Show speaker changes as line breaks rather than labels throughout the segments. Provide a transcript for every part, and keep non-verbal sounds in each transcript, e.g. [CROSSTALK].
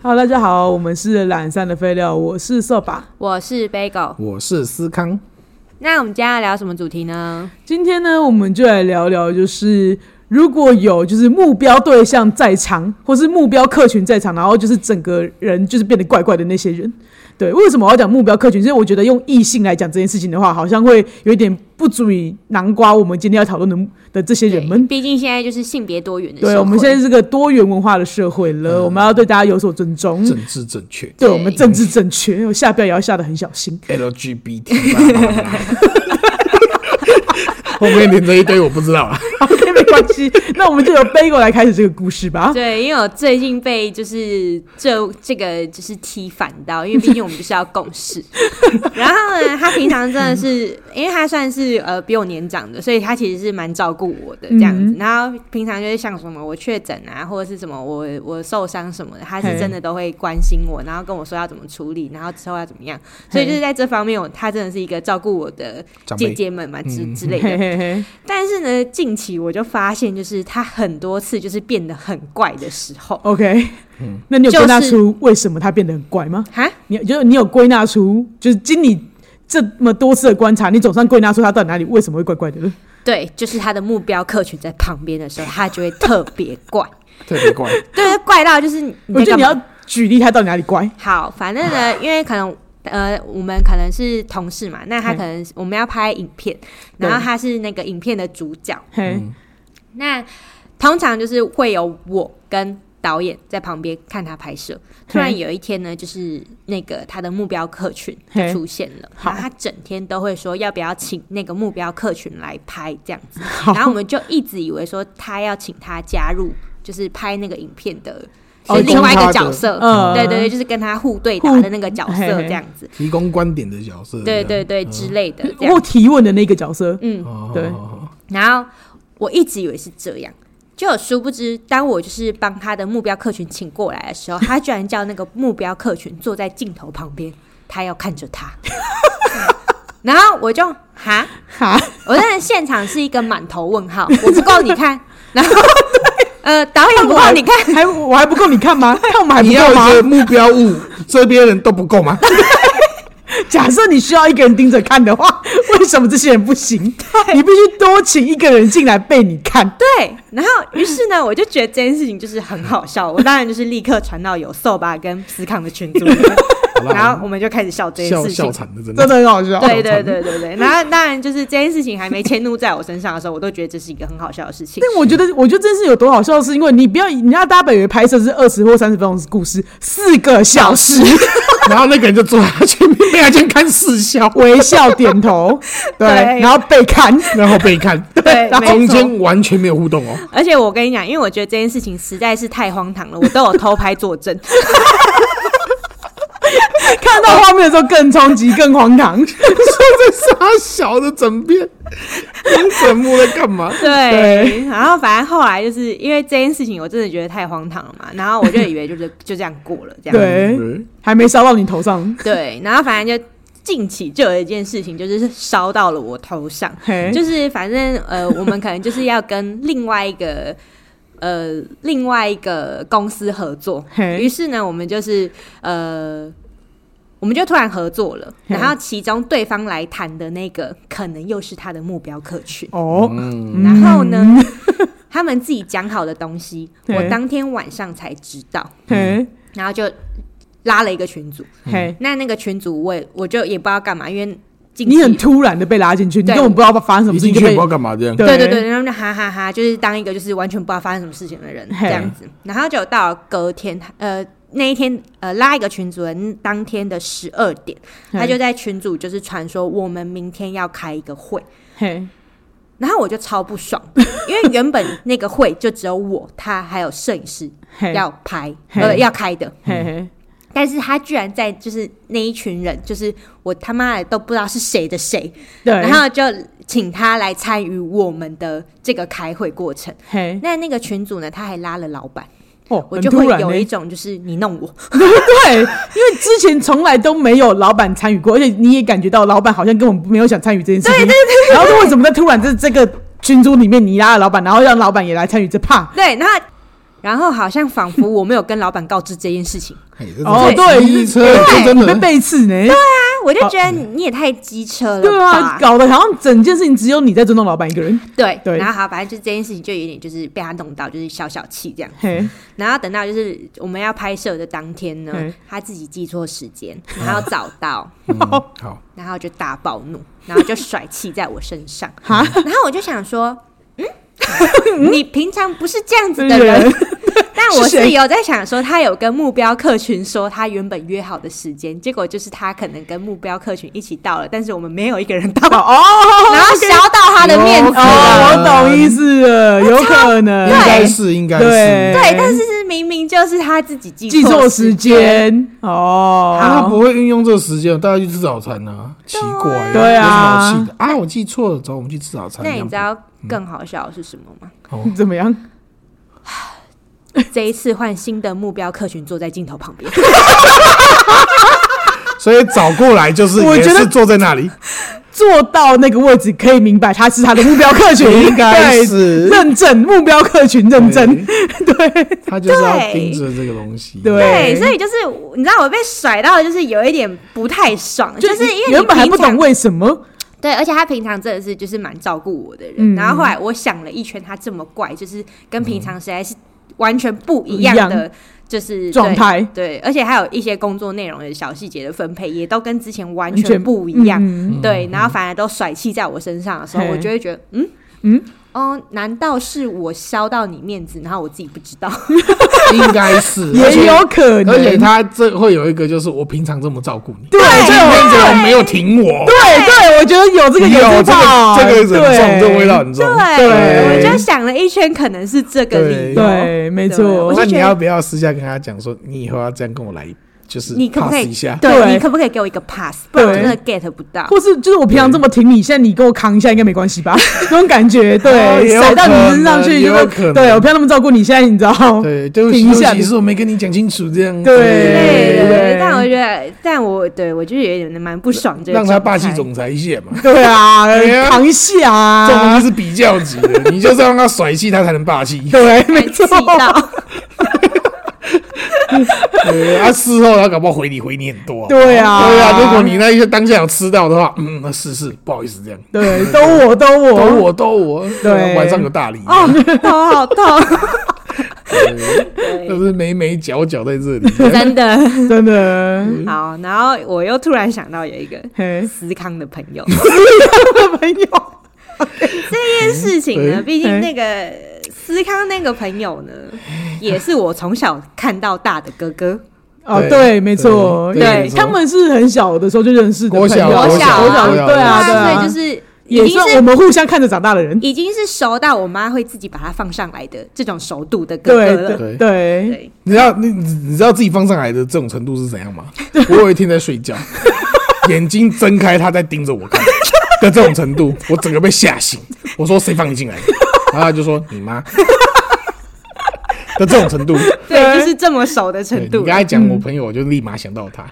Hello，大家好，我们是懒散的废料，我是色吧。
我是 Bagel。
我是思康，
那我们今天要聊什么主题呢？
今天呢，我们就来聊聊，就是如果有就是目标对象在场，或是目标客群在场，然后就是整个人就是变得怪怪的那些人。对，为什么我要讲目标客群？因为我觉得用异性来讲这件事情的话，好像会有一点不足以囊括我们今天要讨论的的这些人们。
毕竟现在就是性别多元的社会。
对，我们现在是个多元文化的社会了，我们要对大家有所尊重。
政治正确
对
对
我们政治正确，我下标也要下得很小心。
嗯，LGBT，巴拉巴拉 [LAUGHS] 后面连着一堆我不知道啊。
OK，没关
[LAUGHS]
系，那我们就由 Bagel 来开始这个故事吧。
对，因为我最近被就是这这个就是踢反到，因为毕竟我们就是要共
[LAUGHS]
事。然后呢，他平常真的是，因为他算是呃比我年长的，所以他其实是蛮照顾我的这样
嗯
子。然后平常就是像什么我确诊啊，或者是什么我我受伤什么的，他是真的都会关心我，然后跟我说要怎么处理，然后之后要怎么样。所以就是在这方面，我他真的是一个照顾我的
长
姐
辈，
姐们嘛之之类的
[LAUGHS]
嘿。嘿嘿，
但是呢，近期我就发现，就是他很多次就是变得很怪的时候，
OK，、那你有
就
归纳
是
出为什么他变得很怪吗？
哈，
你就是你有归纳出，就是经你这么多次的观察，你总算归纳出他到底哪里为什么会怪怪的了。
对，就是他的目标客群在旁边的时候，他就会特别
[LAUGHS]
怪，
[LAUGHS] 特别怪，
对，怪到就是你
我
在
觉得
干
你
嘛
要举例他到底哪里怪。
好，反正呢，因为可能呃，我们可能是同事嘛，那他
嘿
可能我们要拍影片，然后他是那个影片的主角，
嘿，
那通常就是会有我跟导演在旁边看他拍摄。突然有一天呢，就是那个他的目标客群就
嘿
出现了，
好
然后他整天都会说要不要请那个目标客群来拍这样子，
好
然后我们就一直以为说他要请他加入，就是拍那个影片的。
哦
是另外一
跟
个
他的
角色，
嗯
对对对，就是跟他互对打
互
的那个角
嘿
色
嘿
这样子，
提供观点的角色，
对对
这
对之类的，这样
我提问的那个角色，
嗯，
样，
对
哦
然后我一直以为是这样，就殊不知，当我就是帮他的目标客群请过来的时候，他居然叫那个目标客群坐在镜头旁边，他要看着他。 [LAUGHS] 然后我就哈，
[LAUGHS] 哈，
我真的现场是一个满头问号，我不够你看， [LAUGHS] 然后呃导演不够你看，
还我还不够你看
[LAUGHS]
吗？看我们还不
你要
够
一个
吗？
目标物，这边人都不够
[LAUGHS]
吗？
假设你需要一个人盯着看的话，为什么这些人不行？你必须多请一个人进来被你看。
对，然后于是呢，我就觉得这件事情就是很好笑，我当然就是立刻传到有瘦吧跟思康的群组里面，
好啦
然后我们就开始笑这件
笑
事情
笑。惨的，真
真
的
的很好笑。
对对对对对，然后当然就是这件事情还没迁怒在我身上的时候，我都觉得这是一个很好笑的
[LAUGHS]
事情。
但我觉得，我觉得这是有多好笑，是因为你不要，你要大家本以为拍摄是二十或三十分钟的故事，四个小时
然后那个人就坐在他前面，被他先看四笑，
微笑点头，对，
对
然后被看，
然后被看，
对
然后
没
中
错
间完全没有互动哦。
而且我跟你讲，因为我觉得这件事情实在是太荒唐了，我都有偷拍
[LAUGHS]
作证。
看到画面的时候更冲击、更荒唐。
说这傻小的整片，你整幕在干嘛？
对，然后反正后来就是因为这件事情，我真的觉得太荒唐了嘛，然后我就以为就是就这样过了，这样
对还没烧到你头上，
对，然后反正就近期就有一件事情，就是烧到了我头上。
嘿，
就是反正呃，我们可能就是要跟另外一个呃另外一个公司合作，
嘿
于是呢，我们就是呃，我们就突然合作了，
嘿
然后其中对方来谈的那个可能又是他的目标客群，
哦，
嗯，
然后呢，他们自己讲好的东西，
嘿
我当天晚上才知道，
嘿，
然后就拉了一个群组，
嘿，
那那个群组我也我就也不知道干嘛，因为近
你
期
很突然的被拉进去，你
对
根本不知道发生什么
一
事情
进
就
去也不
被
知道干嘛这样。
对对对，，然后就哈哈哈就是当一个就是完全不知道发生什么事情的人
嘿
这样子。然后就到了隔天，呃，那一天呃拉一个群主人当天的十二点，
嘿
他就在群组就是传说我们明天要开一个会。
嘿，
然后我就超不爽， [LAUGHS] 因为原本那个会就只有我、他还有摄影师
嘿，
要拍，
嘿
呃，要开的。
嘿嘿，
但是他居然在就是那一群人，就是我他妈的都不知道是谁的谁，
对，
然后就请他来参与我们的这个开会过程。
嘿，
那那个群主呢，他还拉了老板，
哦，
我
很
就
突
会
然
有
呢
一种就是你
[LAUGHS]
弄我，
对，因为之前从来都没有老板参与过，而且你也感觉到老板好像根本没有想参与这件事情。对对对。然后为什么在突然在这个群组里面你拉了老板，然后让老板也来参与这 part？
对，然后然后好像仿佛我没有跟老板告知这件事情，
嘿哎这
哦，
种
对，
机车
对
这真
你被
的
背刺呢？
啊，我就觉得你也太机车了
哦对啊，
吧？
搞得好像整件事情只有你在尊重老板一个人。
对
对
然后好，反正就这件事情就有点就是被他弄到，就是小小气这样。
嘿，
然后等到就是我们要拍摄的当天呢
嗯，
他自己记错时间，然后早到，
嗯
哦
好，
然后就大暴怒，然后就甩气在我身上。
哈，
然后我就想说，
[LAUGHS]
嗯，你平常不是这样子的
人
人。但我
是谁
是有在想说，他有跟目标客群说他原本约好的时间，结果就是他可能跟目标客群一起到了，但是我们没有一个人
[LAUGHS]
到，
哦，
[LAUGHS] 然后削到他的面子
[LAUGHS] 有可能
了。
哦，我懂意思了，有可能
应，该是应该是。
对，但是是明明就是他自己记
记错时
时。
间哦，
啊，他不会运用这个时间，大家去吃早餐呢、啊，奇怪、
对啊
有什么好气的啊？我记错了，走，我们去吃早餐。
那你
这
知
样
道更好笑的是什么吗？
[LAUGHS] 怎么样？
嗯
这一次换新的目标客群坐在镜头旁边，
子所以找过来就是，
我
也
觉得
是坐在
[LAUGHS]
那里，
坐到那个位置可以明白他是他的目标客群，
应该
对
是
认证目标客群认证，对，
他就是要
对
盯着这个东西。
对
对，所以就是你知道我被甩到，就是有一点不太爽，就是因为你
原本还
平
不
常
懂为什么，
对，而且他平常真的是就是蛮照顾我的人，
嗯
然后后来我想了一圈，他这么怪，就是跟平常实在是完全不一
一
样
样
的，就是
状。态
对对，而且还有一些工作内容的小细节的分配，也都跟之前完
完
全
全
不一样。
嗯
对，然后反而都甩气在我身上的时候，
嘿
我就会觉得，嗯
嗯，
哦，难道是我削到你面子，然后我自己不知道？ [LAUGHS]
应该是，而且
也有可能，
而且他这会有一个，就是我平常这么照顾你，
对
你
对
面怎么没有挺我？
对对，我觉得有这个
有这
道
个这个很重，
对
这个味道很重。
对，我就想了一圈，可能是这个理由。
对，没错
我就，
那你
觉得
要不要私下跟他讲说，你以后要这样跟我来，就是
你可不可
pass
以
一下？
对
对你可不可以给我一个 pass？不然我
对
真的 get 不到。
或是就是我平常这么挺你，现在你给我扛一下应该没关
[LAUGHS]
系吧？那种感觉，
哦也
对，
有
甩到你身上去，
可能也有
就
可能
是对我平常那么照顾你，现在你知道，
对，对不起，
停一哦下
对不起是我没跟你讲清楚，这样
对
对对对
对，
但我觉得，但我对我就是有点蛮不爽这个
让他霸气
状态。
总裁一些嘛。
对啊
[LAUGHS] 对啊，
扛一下
这种东
啊，
西是比较级的，你就是要让他甩气，他才能霸气。
[LAUGHS] 对，没错，
气到，
[LAUGHS]
哦
对，他事后他搞不好回你回你很多。
对啊，
对啊，如果你那一些当下有吃到的话，嗯，那是是，不好意思，这样
对兜我兜
兜
我
我兜我，
哦对哦
晚上有大礼，
头好痛，
就是眉眉角角在这里。
真的。
真的，
好，然后我又突然想到有一个
嘿，
思康的朋友，
朋友，
这件事情呢，
嗯
毕竟那个思康那个朋友呢，也是我从小看到大的哥哥。
哦，
对
对，没错，
对
对
没错
他们是很小的时候就认识的朋
国
友，
小
国
国
小
小，
国
小
对啊，
对
对
啊，
啊，
所以就是
也
已经
算我
是
们互相看着长大的人，
已经是熟到我妈会自己把它放上来的这种熟度的哥
对
哥
对
了。
对，
对，
你知道你你你知道自己放上来的这种程度是怎样吗？我有一天在睡觉，眼睛睁开，他在盯着我看的这种程度，我整个被吓醒。我说谁放你进来的？然后他就说你妈的这种程度。
[LAUGHS] 对，就是这么熟的
对
程
你
度
刚。才讲我朋友，我就立马想到他，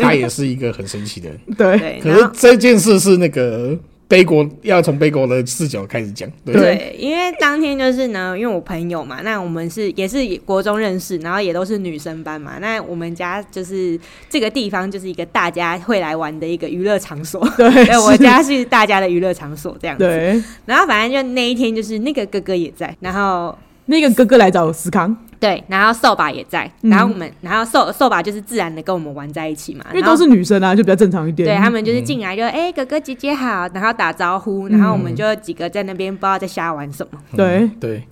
他也是一个很神奇的人。
对
对，
可
然后。
是这件事是那个背锅，要从背锅的视角开始讲。对，
对，因为当天就是呢，因为我朋友嘛，那我们是也是国中认识，然后也都是女生班嘛。那我们家就是这个地方就是一个大家会来玩的一个娱乐场所，
对
对我家是大家的娱乐场所这样子。
对，
然后反正就那一天就是那个哥哥也在，然后
那个哥哥来找思康，
对，然后扫把也在，
嗯
然后我们、然后扫扫把就是自然的跟我们玩在一起嘛，
因为
然后
都是女生啊，就比较正常一点，
对他们就是进来就哎、哥哥姐姐好，然后打招呼，然后我们就几个在那边不知道在瞎玩什么。
对
嗯对，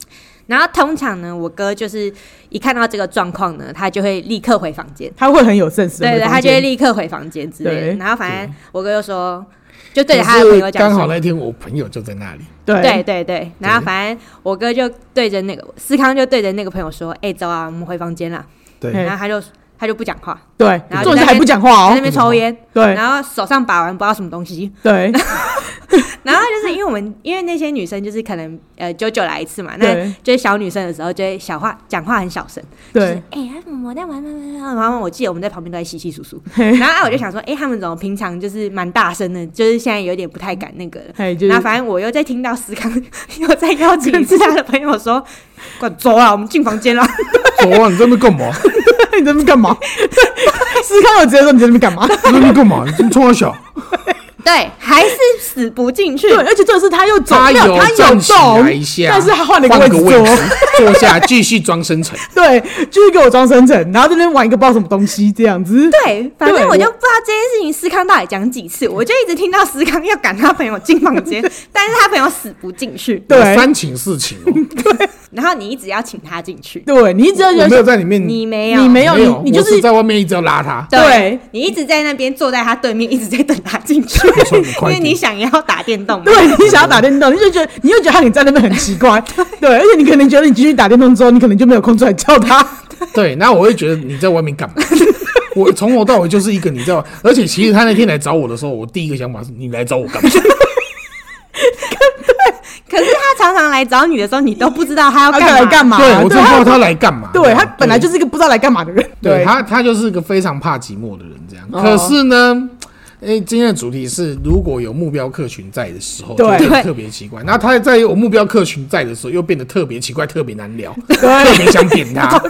然后通常呢，我哥就是一看到这个状况呢，他就会立刻回房间。
他会很有 sense，
对对，他就
觉得
会立刻回房间之类的。
对
然后反正我哥就说，就对着他的朋友
可是
讲
刚好
说，
那天我朋友就在那里，
对
对
对对。然后反正我哥就对着那个思康就对着那个朋友说，哎、走啊，我们回房间啦。
嘿
对，
然后他就他就不讲话，
对
然后，
重点
就在那
是还不讲话
在
哦
那，边抽烟，
对
[LAUGHS] 然后手上把玩不知道什么东西，
对，
然后就是因为我们因为那些女生就是可能呃久久来一次嘛，那
对
就是小女生的时候就会小话讲话很小声，就是
对，
哎、他们我在玩玩玩玩，然后我记得我们在旁边都在稀稀疏疏，
嘿
然后啊我就想说，哎、他们怎么平常就是蛮大声的，就是现在有点不太敢那个了。
嘿，就是
然后反正我又在听到思康 [LAUGHS] 又在邀请一次他的朋友
[LAUGHS]
说：“快走啊，我们进房间啦！”
昨晚你在那边干嘛？
[LAUGHS] 你在那边干嘛？思康，我直接说你在那边干嘛？
你在那边干嘛？你冲我小，
对，还是死不进去
对，。而且这是他又走，
他
没有他
站
有
起来
动
一，下，
但是他换了一
个
个位置坐，
置坐下，继续装深沉。
对，继续给我装深沉，然后这边玩一个不知道什么东西这样子，
对，反正
对
我就
我
不知道这件事情思康到底讲几次，我就一直听到思康要赶他朋友进房间，但是他朋友死不进去。
对
我三请四请哦，
然后你一直要请他进去，
[LAUGHS] 对你只要
我
觉
没
得
有在里面，
你没有，
你没
嗯没
有
有，
你你就
我是在外面一直要拉他。
[LAUGHS] 对
你一直在那边坐在他对面，一直在等他进去，
错你
因
快
为
点
你想要打电动嘛。
[LAUGHS] 对你想要打电动，你就觉得你又觉得他你在那边很奇 [LAUGHS] 怪，对，而且你可能觉得你继续打电动之后，你可能就没有空出来叫他，
对，那我会觉得你在外面干嘛？我从头到尾就是一个你知道，而且其实他那天来找我的时候，我第一个想法是你来找我
[LAUGHS]
干嘛？
可是他常常来找你的时候，你都不知道他要
他
干
来
嘛。
干嘛？
对，我真
啊对
不知道
他，
他来干嘛。
对他本来就是是一个不知道来干嘛的人，
对他，他就是一个非常怕寂寞的人这样。
哦
可是呢，哎，今天的主题是如果有目标客群在的时候，就
对
变得特别奇怪。那他在有目标客群在的时候，又变得特别奇怪，特别难聊， [LAUGHS] 特
对
别想扁
[LAUGHS]
他。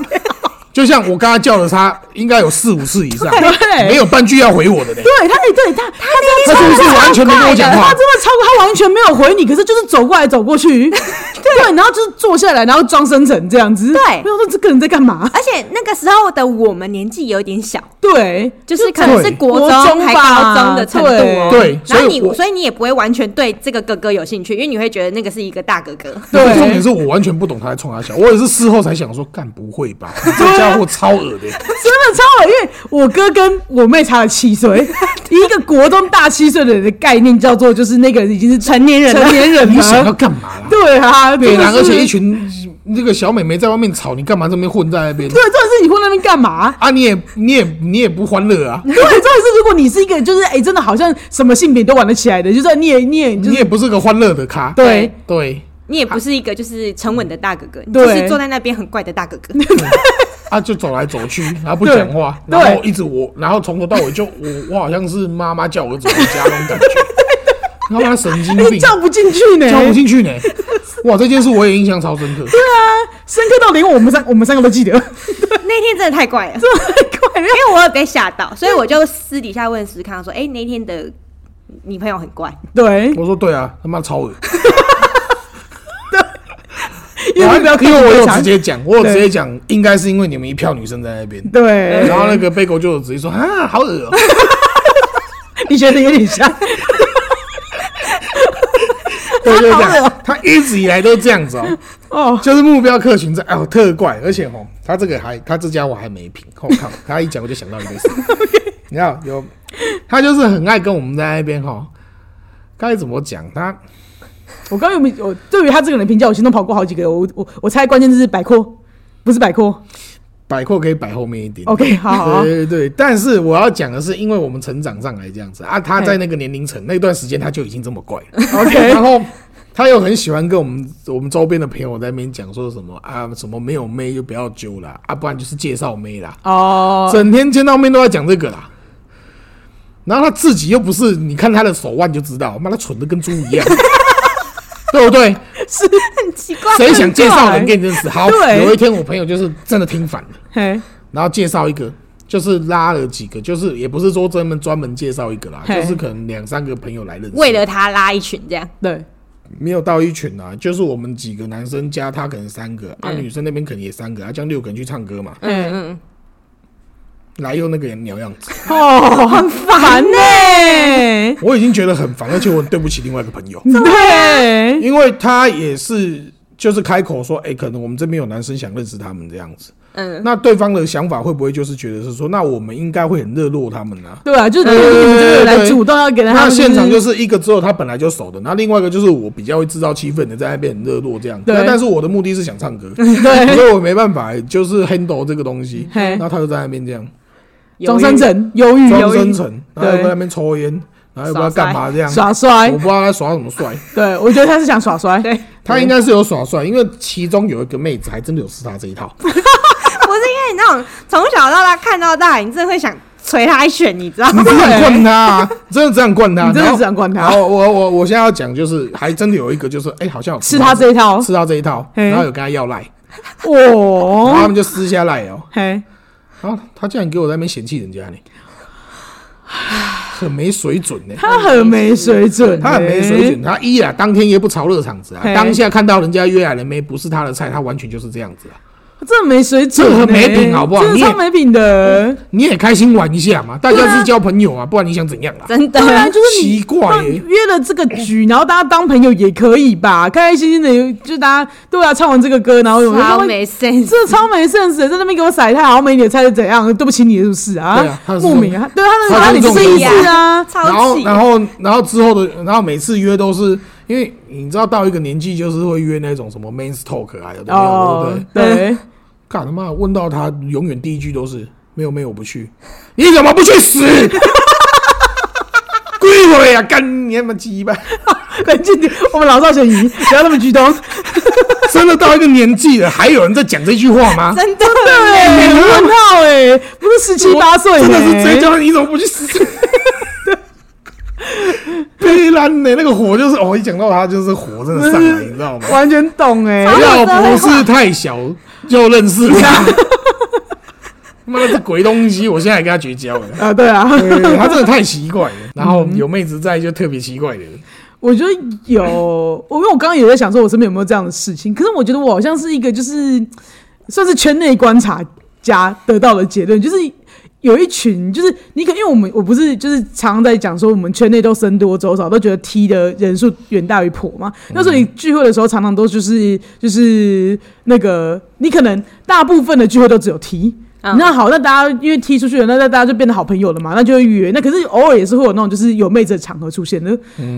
就像我刚刚叫了他，应该有四五次以上，
对
没有半句要回我的呢。
对，他哎，对他他
他是不是完全没跟我讲话
他？真的超过，他完全没有回你，可是就是走过来走过
[LAUGHS]
去，对，然后就是坐下来，然后装深沉这样子。
对
没有说这个人在干嘛？
而且那个时候的我们年纪有点小，
对，
就是可能是国中还高中的程度哦。
对对
然后你
所以我
所以你也不会完全对这个哥哥有兴趣，因为你会觉得那个是一个大哥哥。
对
重点是我完全不懂他在冲他笑，我也是事后才想说，干不会吧？这家伙超恶
[LAUGHS]
的，
真的超好，因为我哥跟我妹差了七岁，
[LAUGHS]
一个国中大七岁的人的概念叫做就是那个人已经是成年人成年人
你想要
了。
干嘛啦？
啊对啊，
对啦，
真的
而
是
且一群那个小美眉在外面吵，你干嘛这边混在那边
对，？重点是你混那边干
[LAUGHS]
嘛？
啊，你也你也你也不欢乐啊，
对，重点是如果你是一个就是哎、真的好像什么性别都玩得起来的，就是你也你也就
你
是
也不是个欢乐的咖。
对
对
你也不是一个就是沉稳的大哥哥，你
对
就是坐在那边很怪的大哥哥。 [LAUGHS]
啊，就走来走去，然后不讲话，
对
然后一直我，然后从头到尾就我我好像是妈妈叫我走回家那种感觉，他妈神经
你
病，
哎 [LAUGHS] 叫不进去呢，
叫不进去呢。哇，这件事我也印象超深刻。
深刻到连我们三我们三个都记得，
那天真的太怪了，
这太快了
因。为我有被吓到，所以我就私底下问思康说：“哎、那天的你朋友很怪，
对，
我说对啊，他妈超恶。
[LAUGHS] 因为不要
因为我有直
看
接讲，我有
对
直接讲，应该是因为你们一票女生在那边，
对，
然后那个贝狗就有直接说啊，好恶
[LAUGHS]
哦、
你觉得有点像，
对就是这
好恶
样，他一直以来都这样子哦、
[LAUGHS] 哦，
就是目标客群在，哎呦特怪，而且哦、他这个还他这家伙还没品，我、靠，他一讲我就想到一个
[LAUGHS]
事，你知道有，他就是很爱跟我们在那边哈、该怎么讲他？
我刚刚有没有？我对于他这个人的评价，我心中跑过好几个。我我我猜关键字是摆阔，不是摆阔。
摆阔可以摆后面一点。
OK，好好好
对对对，但是我要讲的是，因为我们成长上来这样子啊，他在那个年龄层那段时间他就已经这么怪了。
OK
然后他又很喜欢跟我们我们周边的朋友在那边讲说什么啊，什么没有妹就不要揪啦，啊，不然就是介绍妹啦，
哦，
整天见到面都在讲这个啦。然后他自己又不是，你看他的手腕就知道，妈他蠢的跟猪一样，对不对？
[LAUGHS]
很奇怪。
谁想介绍人给你认识？好，
对
有一天我朋友就是真的听反了。
嘿，
然后介绍一个，就是拉了几个，就是也不是说专门专门介绍一个啦，
嘿
就是可能两三个朋友来认识，
为了他拉一群这样，
对
没有到一群啊，就是我们几个男生加他可能三个，啊
嗯
女生那边可能也三个，啊这样六个人去唱歌嘛，
嗯
嗯嗯，
来又那个人鸟样子，
哦，很烦呢、
我已经觉得很烦，而且我很对不起另外一个朋
[LAUGHS]
友，
对，
因为他也是。就是开口说，哎、可能我们这边有男生想认识他们这样子，
嗯，
那对方的想法会不会就是觉得是说，那我们应该会很热络他们啊？
对啊，就是如果你们这个人来主动要给他
那
们
现场就是是一个只有他本来就熟的，那另外一个就是我比较会制造气氛的，在那边很热络这样。
对
那但是我的目的是想唱
[LAUGHS]
歌，
对，
所以我没办法，就是 handle 这个东西。
嘿 [LAUGHS]
然后他就在那边这样
装深，沉，忧郁，
装
忧
深
郁，
沉，然后又在那边抽烟，然后也不知道干嘛这样，
耍帅
我不，知道他耍什么帅。
对我觉得他是想耍帅，对，
他应该是有耍帅，因为其中有一个妹子还真的有吃他这一套。
不是因为你那种从小到大看到大，你真的会想捶他一拳，你知道
你 [LAUGHS]
吗？
只想灌他、啊，真的只想灌他，
你真的
然后
只想灌他
然后我我我现在要讲就是，还真的有一个就是，哎、好像有
吃他这一套，
吃他这一套，
嘿
然后有跟他要赖，然后他
哦，
们就私下赖哦、
嘿，
然后他竟然给我在那边嫌弃人家呢，很没水准呢、
他很没水准，欸
他很没水准，，他一啊，当天也不炒热场子啊
嘿，
当下看到人家约来的妹不是他的菜，他完全就是这样子啊。
这没水准欸，
这很没品好不好
真的
你也
超没品的，
[LAUGHS] 你也开心玩一下嘛，大家是交朋友啊，不然你想怎样啊？
真的
对啊，就是你
奇怪、耶
约了这个局，然后大家当朋友也可以吧，开开心心的，就大家对啊，唱完这个歌，然后有
超
人
没 sense。
这超没 sense，的在那边给我甩他，然后没你的菜是怎样？对不起你是不是啊？
对啊他是
莫名啊，对他能拿你
他是
这一次啊，
然
超
后，
气，
然后，然后之后的，然后每次约都是因为你知道到一个年纪就是会约那种什么 men's talk 啊，有的没有的，对
哦
不对？，
对， [LAUGHS]
干他妈问到他，永远第一句都是没有没有我不去，你怎么不去死？鬼鬼呀，干你他妈
[LAUGHS]
鸡巴！
冷静点，我们老少咸宜，不要那么激动。
真的到一个年纪了，还有人在讲这句话吗？
真的
对，问号哎，不是十七八岁欸，
真的是直接叫他你怎么不去死？
[LAUGHS]
悲兰呢，那个火就是哦，一讲到他就是火真的上来，你知道吗？
完全懂哎，
[LAUGHS] 要不是太小就认识他， [LAUGHS] 妈的这鬼东西，我现在还跟他绝交了。
[LAUGHS] 啊， [LAUGHS] 对嗯啊，
对他真的太奇怪了，然后有妹子在就特别奇怪的，
我觉得有，我因为我刚刚也在想说，我身边有没有这样的事情。可是我觉得我好像是一个，就是算是圈内观察家得到的结论，就是有一群，就是你可因为我们我不是就是常常在讲说，我们圈内都僧多粥少，都觉得 T 的人数远大于婆嘛。那时候你聚会的时候，常常都就是就是那个，你可能大部分的聚会都只有 T，
嗯
那好，那大家因为踢出去了，那那大家就变得好朋友了嘛，那就会约。那可是偶尔也是会有那种就是有妹子的场合出现的。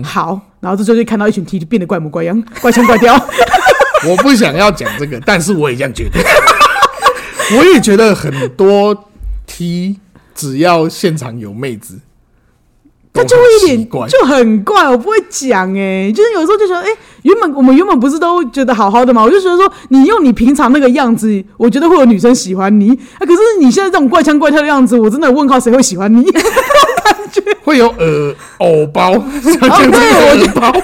好，然后这时候就看到一群 T 就变得怪模怪样、 [LAUGHS] 怪腔怪调。
我不想要讲这个，但是我也这样觉得， [LAUGHS] 我也觉得很多 T 只要现场有妹子，
他
都
就会
很
一
奇
点
怪
就很怪，我不会讲哎、就是有时候就觉得哎、原本我们原本不是都觉得好好的嘛，我就觉得说你用你平常那个样子，我觉得会有女生喜欢你，啊、可是你现在这种怪腔怪调的样子，我真的问号谁会喜欢你？ [LAUGHS]
会有呃偶包，像这样子
哦对
的 [LAUGHS] 偶包，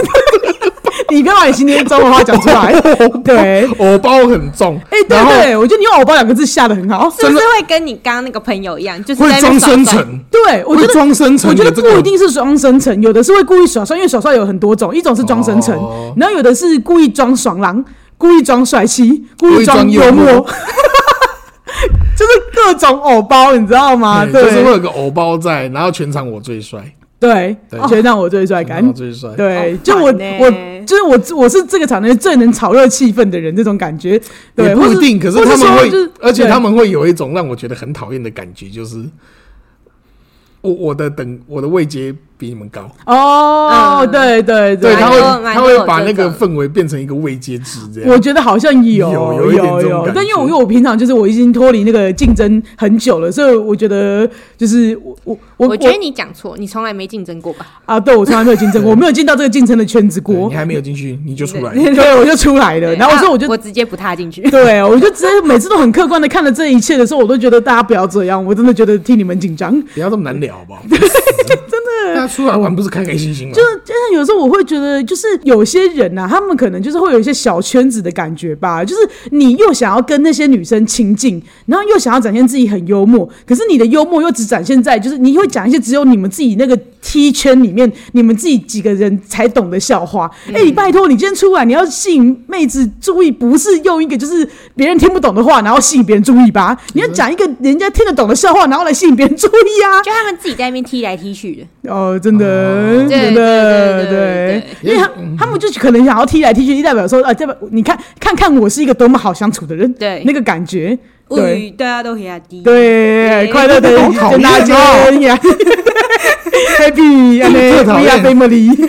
你不要把你今天中文话讲出来，对。
偶包很重，
哎、对
然后
对，我觉得你用“偶包”两个字下的很好，
是不是会跟你刚刚那个朋友一样，就是在
会
那
装
边耍
深
帅
沉。
对，我觉
会
得
装深层
我觉
的
得
这个
不一定是装深层，有的是会故意耍帅，因为耍帅有很多种，一种是装深层，
哦
然后有的是故意装爽朗，故意装帅气，故
故意
装
装
幽
幽默
[LAUGHS] 就是各种偶包，你知道吗？
对就是会
啊对
有个偶包在，然后全场我最帅，
对
对，哦
觉得让我最帅
全
哎感
场。最帅。
对，
好
就我
烦欸
我就是我我是这个场内最能炒热气氛的人，这种感觉。对，
也不一定，
或
可
是
是他们
或是
会，
说就是
而且
对
他们会有一种让我觉得很讨厌的感觉，就是我我的等我的位阶比你们高，
哦，
嗯
对对
对，
蛮
他
多
会
蛮
他
多
会
有
把
这
那个
种
氛围变成一个位阶制这
我
样。
觉得好像有
啊有
有
有一点这种感
但因为我
觉
因为我平常就是我已经脱离那个竞争很久了，所以我觉得就是我我我
我觉得你讲错，你从来没竞争过吧？
啊，对我从来没有竞争
[LAUGHS]
过，我没有进到这个竞争的圈子
对
过
你，还没有进去，你就出
[LAUGHS]
来了，
对，我就出来了。
对
然后我说
啊
我就
我直接不踏 [LAUGHS] 进去。
对，我就直接每次都很客观的看了这一切的时候，我都觉得大家不要这样，我真的觉得替你们紧张。
不要这么难聊，好
[LAUGHS]
不好？真的，大家出来玩不是开开心心吗？
就是就是有时候我会觉得，就是有些人呐、他们可能就是会有一些小圈子的感觉吧。就是你又想要跟那些女生亲近，然后又想要展现自己很幽默，可是你的幽默又只展现在就是你会讲一些只有你们自己那个 T 圈里面你们自己几个人才懂的笑话。哎、你拜托，你今天出来你要吸引妹子注意，不是用一个就是别人听不懂的话，然后吸引别人注意吧？你要讲一个人家听得懂的笑话，然后来吸引别人注意啊！
就他们自己在那边踢来踢去的，
哦，真的，真
对
的，
对对对
因为他他们就是可能想要踢来踢去，代表说啊，代表你看看看我是一个多么好相处的人，
对
那个感觉，
物
对
语大家都啊很压低。
对，
对
快乐的
好讨
跟
厌
大家
哦
[LAUGHS]
呀 [LAUGHS] ，Happy 啊，
这
呢
讨
，We are
厌
family，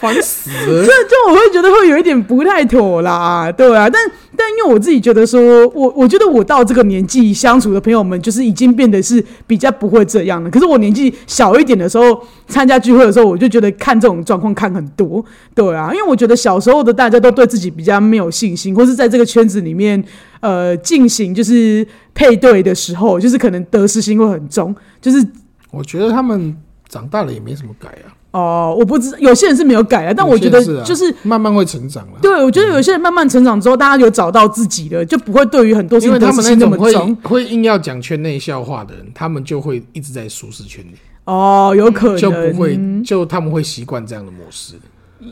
烦死了
这。这我会觉得会有一点不太妥啦，对啊，但但因为我自己觉得说，我我觉得我到这个年纪相处的朋友们，就是已经变得是比较不会这样了。可是我年纪小一点的时候，参加聚会的时候，我就觉得看这种状况看很多，对啊，因为我觉得小时候的大家都对自己比较没有信心，或是在这个圈子里面，呃，进行就是配对的时候，就是可能得失心会很重，就是
我觉得他们长大了也没什么改啊，
哦、我不知有些人是没有改啊，但我觉得
有些人是
就
啊
是。
慢慢会成长了。
对，我觉得有些人慢慢成长之后，大家有找到自己的，就不会对于很多事
因为
情
他
得
们
失
那
心那
种
么
会
重。
会硬要讲圈内笑话的人，他们就会一直在舒适圈里，
哦，有可能
嗯就不会
嗯
就他们会习惯这样的模式。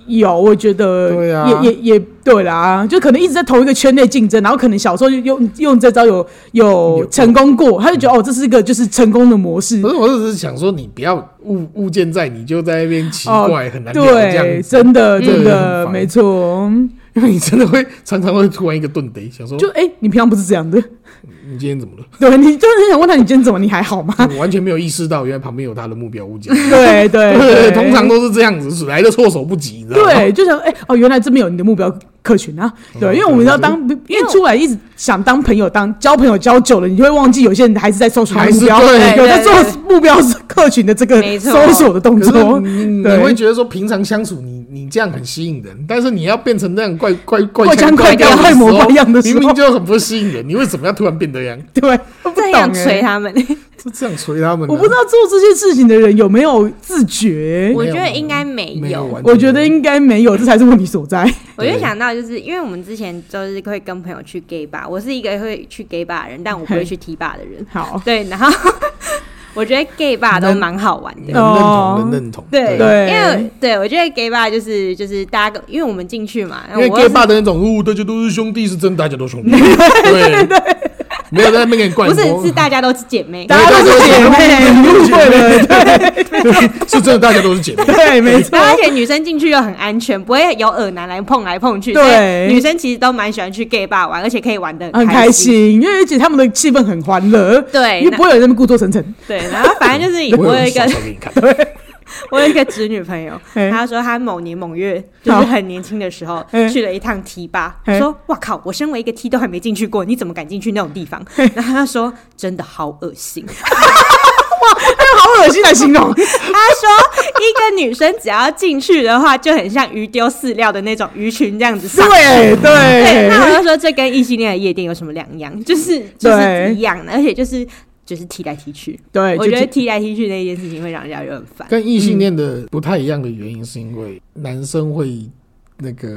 有，我觉得
对啊
也也也对啦，就可能一直在同一个圈内竞争，然后可能小时候就用用这招有有
有
成功过，他就觉得哦，这是一个就是成功的模式
可。是我只是想说，你不要物物件在，你就在那边奇怪，很难聊这
哦对，
样子，
真的
嗯
真
很
的
烦
没错。
因为你真的会常常会突然一个顿呆，想说
就哎、你平常不是这样
[LAUGHS]
的，
你今天怎么了？
对你就是很想问他你今天怎么，你还好吗？
我完全没有意识到，原来旁边有他的目标物件。
对 [LAUGHS] 对
[LAUGHS] 对，通常都是这样子，来的措手不及，你知道吗？
对，就想哎、哦，原来这边有你的目标客群啊，对，
嗯
因为我们要当，因为出来一直想当朋友，当交朋友交久了，你就会忘记有些人还是在搜索他的目标，
还是对
有在
对对
做目标客群的这个
没错
搜索的动
可是
作，
你你
对
会觉得说平常相处你你这样很吸引人，但是你要变成那样怪怪怪
怪腔怪调
调的
怪模
时候
怪样的时候
明明就很不吸引人，你为什么要突然变这样？
[LAUGHS] 对，我不
真的
懂、
想捶
欸，
他
[LAUGHS]
们。
是这样捶他们的？啊
我不知道做这些事情的人有没有自觉、
我觉得应该没
没有
有。
完全
我觉得应该没有，这才是问题所在。
我就想到，就是因为我们之前就是会跟朋友去 gay bar，我是一个会去 gay bar 的人，但我不会去 T bar 的人。 [LAUGHS]
好，
对，然后 [LAUGHS] 我觉得 gay bar 都蛮好玩的。
能认
哦
同，能认同。
对，
对
因为对我觉得 gay bar 就是就是大家，因为我们进去嘛，
因为
我
gay
又
bar 的那种，哦，大家都是兄弟，是真的大家都兄弟。 [LAUGHS] 对对，没有在那边给你灌
不是
输
是大家都是姐
[LAUGHS]
妹，
大家都是姐妹，你误会了，对
[LAUGHS] 是真的，大家都是姐妹。
对，没错
[LAUGHS] 然。后而且女生进去又很安全，不会有耳男来碰来碰去。
对
所以女生其实都蛮喜欢去 gay bar 玩，而且可以玩的
很开
开心。
心，因为而且他们的气氛很欢乐，
对
又不会有人在那边故作深
[LAUGHS]
沉。
对，然后反正就是
我
我有
有
一个
小时候给你看，
我有一个侄女朋友，
[LAUGHS] 嘿
她说她某年某月就是很年轻的时候
嘿
去了一趟 T 吧，
嘿
说哇靠，我身为一个 T 都还没进去过，你怎么敢进去那种地方？ [LAUGHS] 然后她说真的好恶心。 [LAUGHS]
好恶心来形容，
她说一个女生只要进去的话，就很像鱼丢饲料的那种鱼群这样子上
对
对，哎那
对
我就说这跟异性恋的夜店有什么两样？ [LAUGHS] 就是就是
对
一样的，而且就是就是踢来踢去。
对，
我觉得
就
踢来踢去那一件事情会让人家有点烦。
跟异
嗯
性恋的不太一样的原因，是因为男生会那个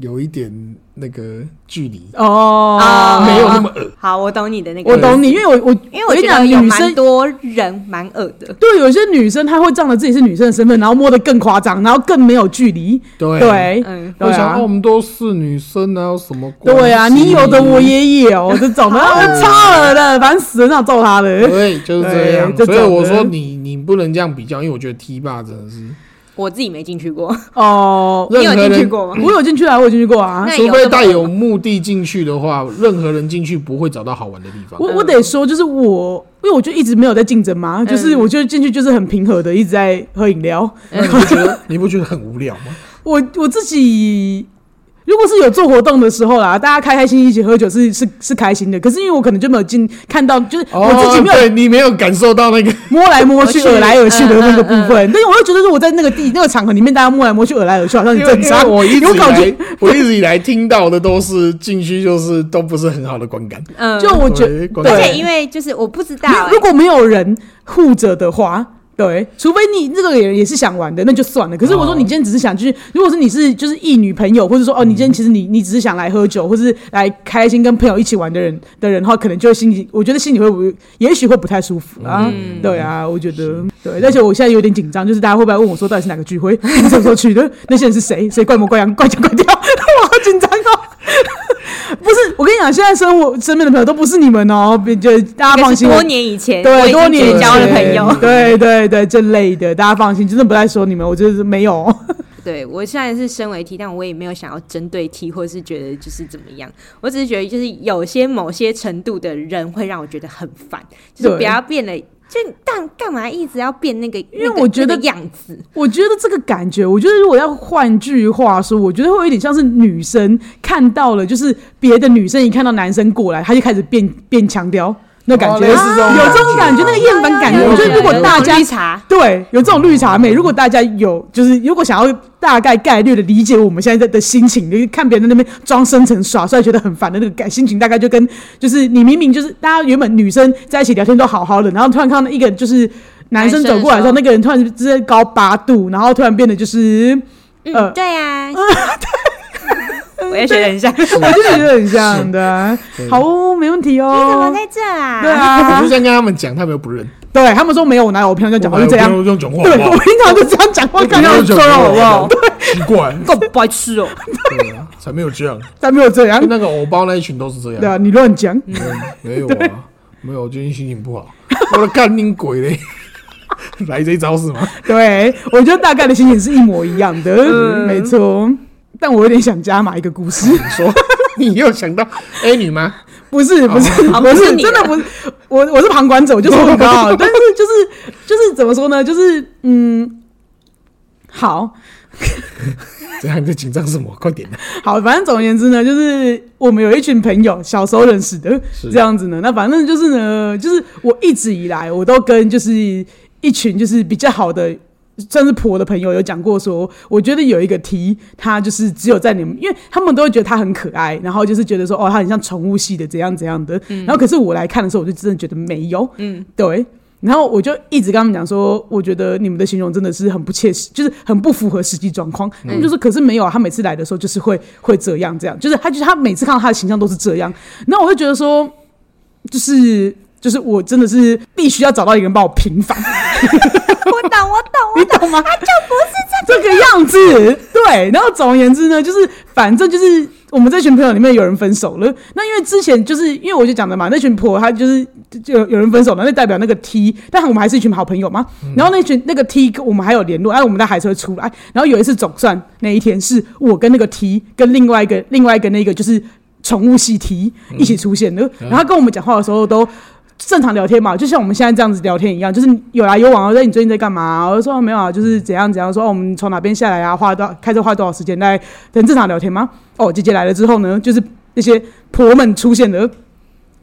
有一点那个距离，
哦，
啊
没有那么恶
好，我懂你的那个，
我懂你，因，为我我
因为我
跟你
觉得
讲，
有
女
蛮
生。
多人蛮恶的。
对，有些女生她会仗着自己是女生的身份，然后摸得更夸张，然后更没有距离。
对
对，
嗯，
对
我想、
啊
哦我，们都是女生啊，有什么关系？哦
对啊，你有的我。也有，这种的啊超恶的，烦死了，那揍他的。
[LAUGHS] 对，就是这样。
对这
所以
种
我
的
说你你不能这样比较，因为我觉得 T 霸真的是，
我自己没进去过，
[LAUGHS] 哦，
你有
任何
进去
人
过吗？
我有进去啊，我有进去过啊。
那有
除
这
非
么
带
恶
有
吗
目的进去的话，任何人进去不会找到好玩的地方。
我我得说，就是我，因为我就一直没有在竞争嘛，就是
嗯
我就进去就是很平和的，一直在喝饮料。
那你不觉得你不觉得很无聊吗？
我我自己如果是有做活动的时候啦，大家开开心心一起喝酒是是是开心的。可是因为我可能就没有进看到，就是我自己没有
哦对你没有感受到那个，
摸来摸去、
我去
耳来耳去的那个部
嗯嗯嗯
分，但是我会觉得说我在那个地那个场合里面，大家摸来摸去、耳来耳去，好像很
因为
正常。
因为我一直
有
以
搞
来，我一直以来听到的都是进去就是都不是很好的观感。
嗯，
就我觉得，
对对
而且
对
因为就是我不知道
没有
欸，
如果没有人护着的话。对，除非你这个人也是想玩的，那就算了。可是我说
哦
你今天只是想去，如果是你是就是异女朋友，或者说哦，
嗯
你今天其实你你只是想来喝酒，或是来开心跟朋友一起玩的人的人的话，可能就会心里，我觉得心里会不，也许会不太舒服啊。
嗯
对啊，我觉得对，而且我现在有点紧张，就是大家会不会问我说到底是哪个聚
[LAUGHS]
会，你什么时候去的，那些人是谁，谁怪模怪样， [LAUGHS] 怪腔怪调，我好紧张
[LAUGHS]
哦。不是，我跟你讲，现在生活身边的朋友都不是你们哦，别就大
应
家
该
放
是
心，
多
我
年以前我已
对，多
经
年
绝
前
交的朋友。
[LAUGHS] 对对对，这类的，大家放心，真的不在说你们，我就是没有。
对我虽然是身为 T，但我也没有想要针对 T，或是觉得就是怎么样。我只是觉得就是有些某些程度的人会让我觉得很烦，就是不
对
要变得就但干嘛一直要变那个？因
为我觉得
样子，
我觉得这个感觉，我觉得如果要换句话说，我觉得会有一点像是女生看到了，就是别的女生一看到男生过来，她就开始变变强调那感
哦
觉，
类似这种
有这种感
感
觉，
觉
那个厌烦感觉。
有
我觉
有
得如果
哦有
大家
绿茶，
对有这种绿茶妹，如果大家有就是如果想要大概概率的理解我们现在的心情，就是看别人在那边装深沉耍帅，觉得很烦的那个感心情，大概就跟就是你明明就是大家原本女生在一起聊天都好好的，然后突然看到一个就是男生走过来的时候，那
男
个人突然之间高八度，然后突然变得就是。呃
嗯，对啊，我也学得很像。你
我就觉得很像的啊
对，
好哦，没问题
怎么
哦。
在这啊？
对
我
啊
就，这样跟他们讲，他们又不认。哎
对啊他们说没有，我哪有？我平常就讲话就这样。
我用讲话
对
好不好
我？平常就 [LAUGHS] 这样讲话，干
不要
嘛
这样好不好
奇怪，
够白痴哦！
对啊才没有这样。
才没有这样
就。那个偶包那一群都是这
对
样。
啊，你乱讲。
没有啊，没有，我最近心情不好。我的干你鬼嘞！来这一招是吗？
[LAUGHS] 对，我觉得大概的心情是一模一样的，没错。但我有点想加码一个故事， [LAUGHS]
你说 [LAUGHS] 你又想到 A 女吗？
不是不是
哦
不
不
是
是你
真的不是，我我是旁观者，我就是我高，但是就是就是怎么说呢？就是嗯，好，
怎样？你在紧张什么？快点啊！
[LAUGHS] 好，反正总而言之呢，就是我们有一群朋友，小时候认识的，
是
这样子呢。那反正就是呢，就是我一直以来我都跟就是一群就是比较好的。算是婆的朋友有讲过说，我觉得有一个 T，他就是只有在你们，因为他们都会觉得他很可爱，然后就是觉得说，哦，他很像宠物系的怎样怎样的。然后可是我来看的时候，我就真的觉得没有，嗯，对。然后我就一直跟他们讲说，我觉得你们的形容真的是很不切实，就是很不符合实际状况。他们就说，可是没有啊，他每次来的时候就是会会这样这样，就是他就是他每次看到他的形象都是这样。那我就觉得说，就是就是我真的是必须要找到一个人帮我平反，
我懂，我懂，
你
我懂，
懂吗？
啊他就不
这
是
个样子，对。然后总而言之呢，就是反正就是我们这群朋友里面有人分手了。那因为之前就是因为我就讲的嘛，那群婆她就是就有有人分手了，那代表那个 T，但我们还是一群好朋友嘛。
嗯
然后那群那个 T 跟我们还有联络，哎，我们在还是会出来。然后有一次总算那一天是我跟那个 T 跟另外一个另外一个那个就是宠物系 T
嗯
一起出现的，然后他跟我们讲话的时候都。正常聊天嘛，就像我们现在这样子聊天一样，就是有来有往啊。我说你最近在干嘛、我就说、哦没有啊，就是怎样怎样。说、哦、我们从哪边下来啊？花多开车花多少时间？在很正常聊天吗？哦，姐姐来了之后呢，就是那些婆们出现了，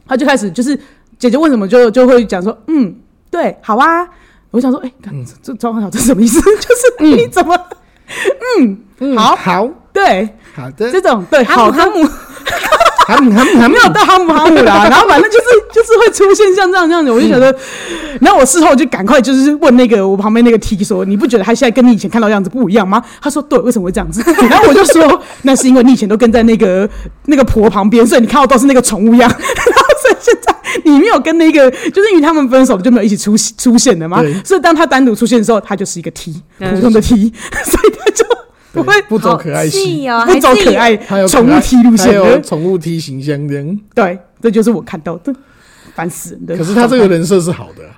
她就开始就是姐姐为什么就就会讲说，嗯，对，好啊。我想说，哎、干这这张小这什么意思？ [LAUGHS] 就是你怎么，嗯，好
好
对
好的
这，种对
在
好的
哈姆，
他们他们他
没
们
有到哈姆哈姆啊
[LAUGHS]
啦，然后反正就是就是会出现像这样这样子，我就觉得，
嗯
然后我事后就赶快就是问那个我旁边那个 T 说，你不觉得他现在跟你以前看到的样子不一样吗？他说对，为什么会这样
[LAUGHS]
子？然后我就说，那是因为你以前都跟在那个那个婆旁边，所以你看到都是那个宠物样，然 [LAUGHS] 后所以现在你没有跟那个，就是因为他们分手了就没有一起出出现了嘛
对，
所以当他单独出现的时候，他就是一个 T，
嗯
普通的
[LAUGHS]
T，所以他就不会
对不走可爱系，
气哦，
不走
还是
可爱
还有可
宠
爱
物 T 路线哎
还有
的。
宠物 T 形象这样。
对，这就是我看到的，烦死人的。
可是他这个人设是好的啊、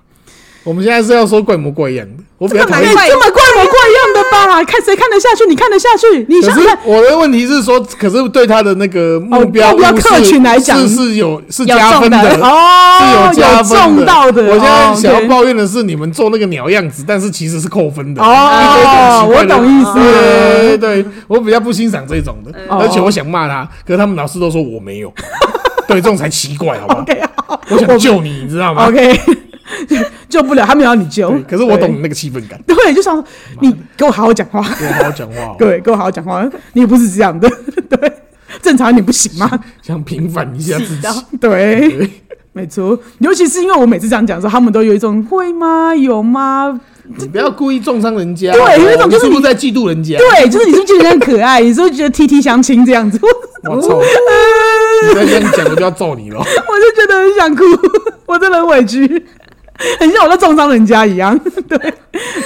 我们现在是要说怪模怪样的，我比较讨
哎
厌。
这么怪模怪样的吧？看谁看得下去？你看得下去？你哦
可
想
是
看？
我的问题是说，可是对他的那个目标
目标
物是
客群来讲
是是有是加分
有中
的。
哦，
是加分
中到的。
我现在想要
哦
抱怨的是，你们做那个鸟样子，但是其实是扣分的。
，OK 哦，我懂意思了。
对对对，我比较不欣赏这种的，
哦
而且我想骂他，可是他们老师都说我没有， [LAUGHS] 对，这种才奇怪，好不好？
OK 好
我想救你，你知道吗？
OK，救 [LAUGHS] 不了，他没有让你救
对。可是我懂你那个气氛感，
对。对，就想说你给我好好讲话，
我好好讲话 [LAUGHS] 哦，
各位给我好好讲话，你不是这样的， [LAUGHS] 对，正常你不行吗？
想平反一下自己。
对。
对
没错，尤其是因为我每次这样讲的时候，他们都有一种会吗？有吗？
[LAUGHS] 你不要故意重伤人家，
对
好不好
那种就是
你
你
是不是在嫉妒人
[LAUGHS]
家？
对，就是你是不是觉得很可爱？你是不是觉得 T T 相亲这样子？我
我操！你再这样讲，我就要揍你 [LAUGHS] 了。
[LAUGHS] 我就觉得很想哭， [LAUGHS] 我真的很委屈，很像我在重伤人家一样。 [LAUGHS] 对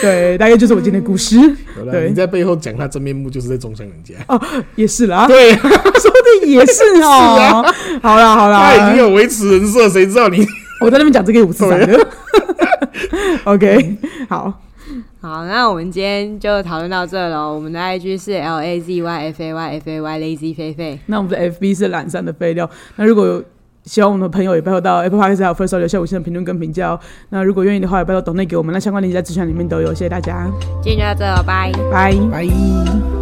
对，大概就是我今天的故事。
嗯有啦
对
你在背后讲他真面目，就是在中伤人家。
哦，也是啦， [LAUGHS]
对，
说的也是
啊
哦。好啦好
[LAUGHS] 他已
啦
经，有维持人设，谁知道你？
我在那边讲这个五次
啊
三的。OK，好，
好，那我们今天就讨论到这喽。我们的 IG 是 L A Z Y F A Y F A Y Lazy 菲菲。
那我们的 FB 是懒散的废料。那如果有希望我们的朋友也拜托到 Apple Podcast 还有 First Story 留下五星的评论跟评价哦。那如果愿意的话，也拜托抖内给我们，那相关链接在资讯栏里面都有。谢谢大家，
今天就到这了，拜。
拜。
[LAUGHS] 拜。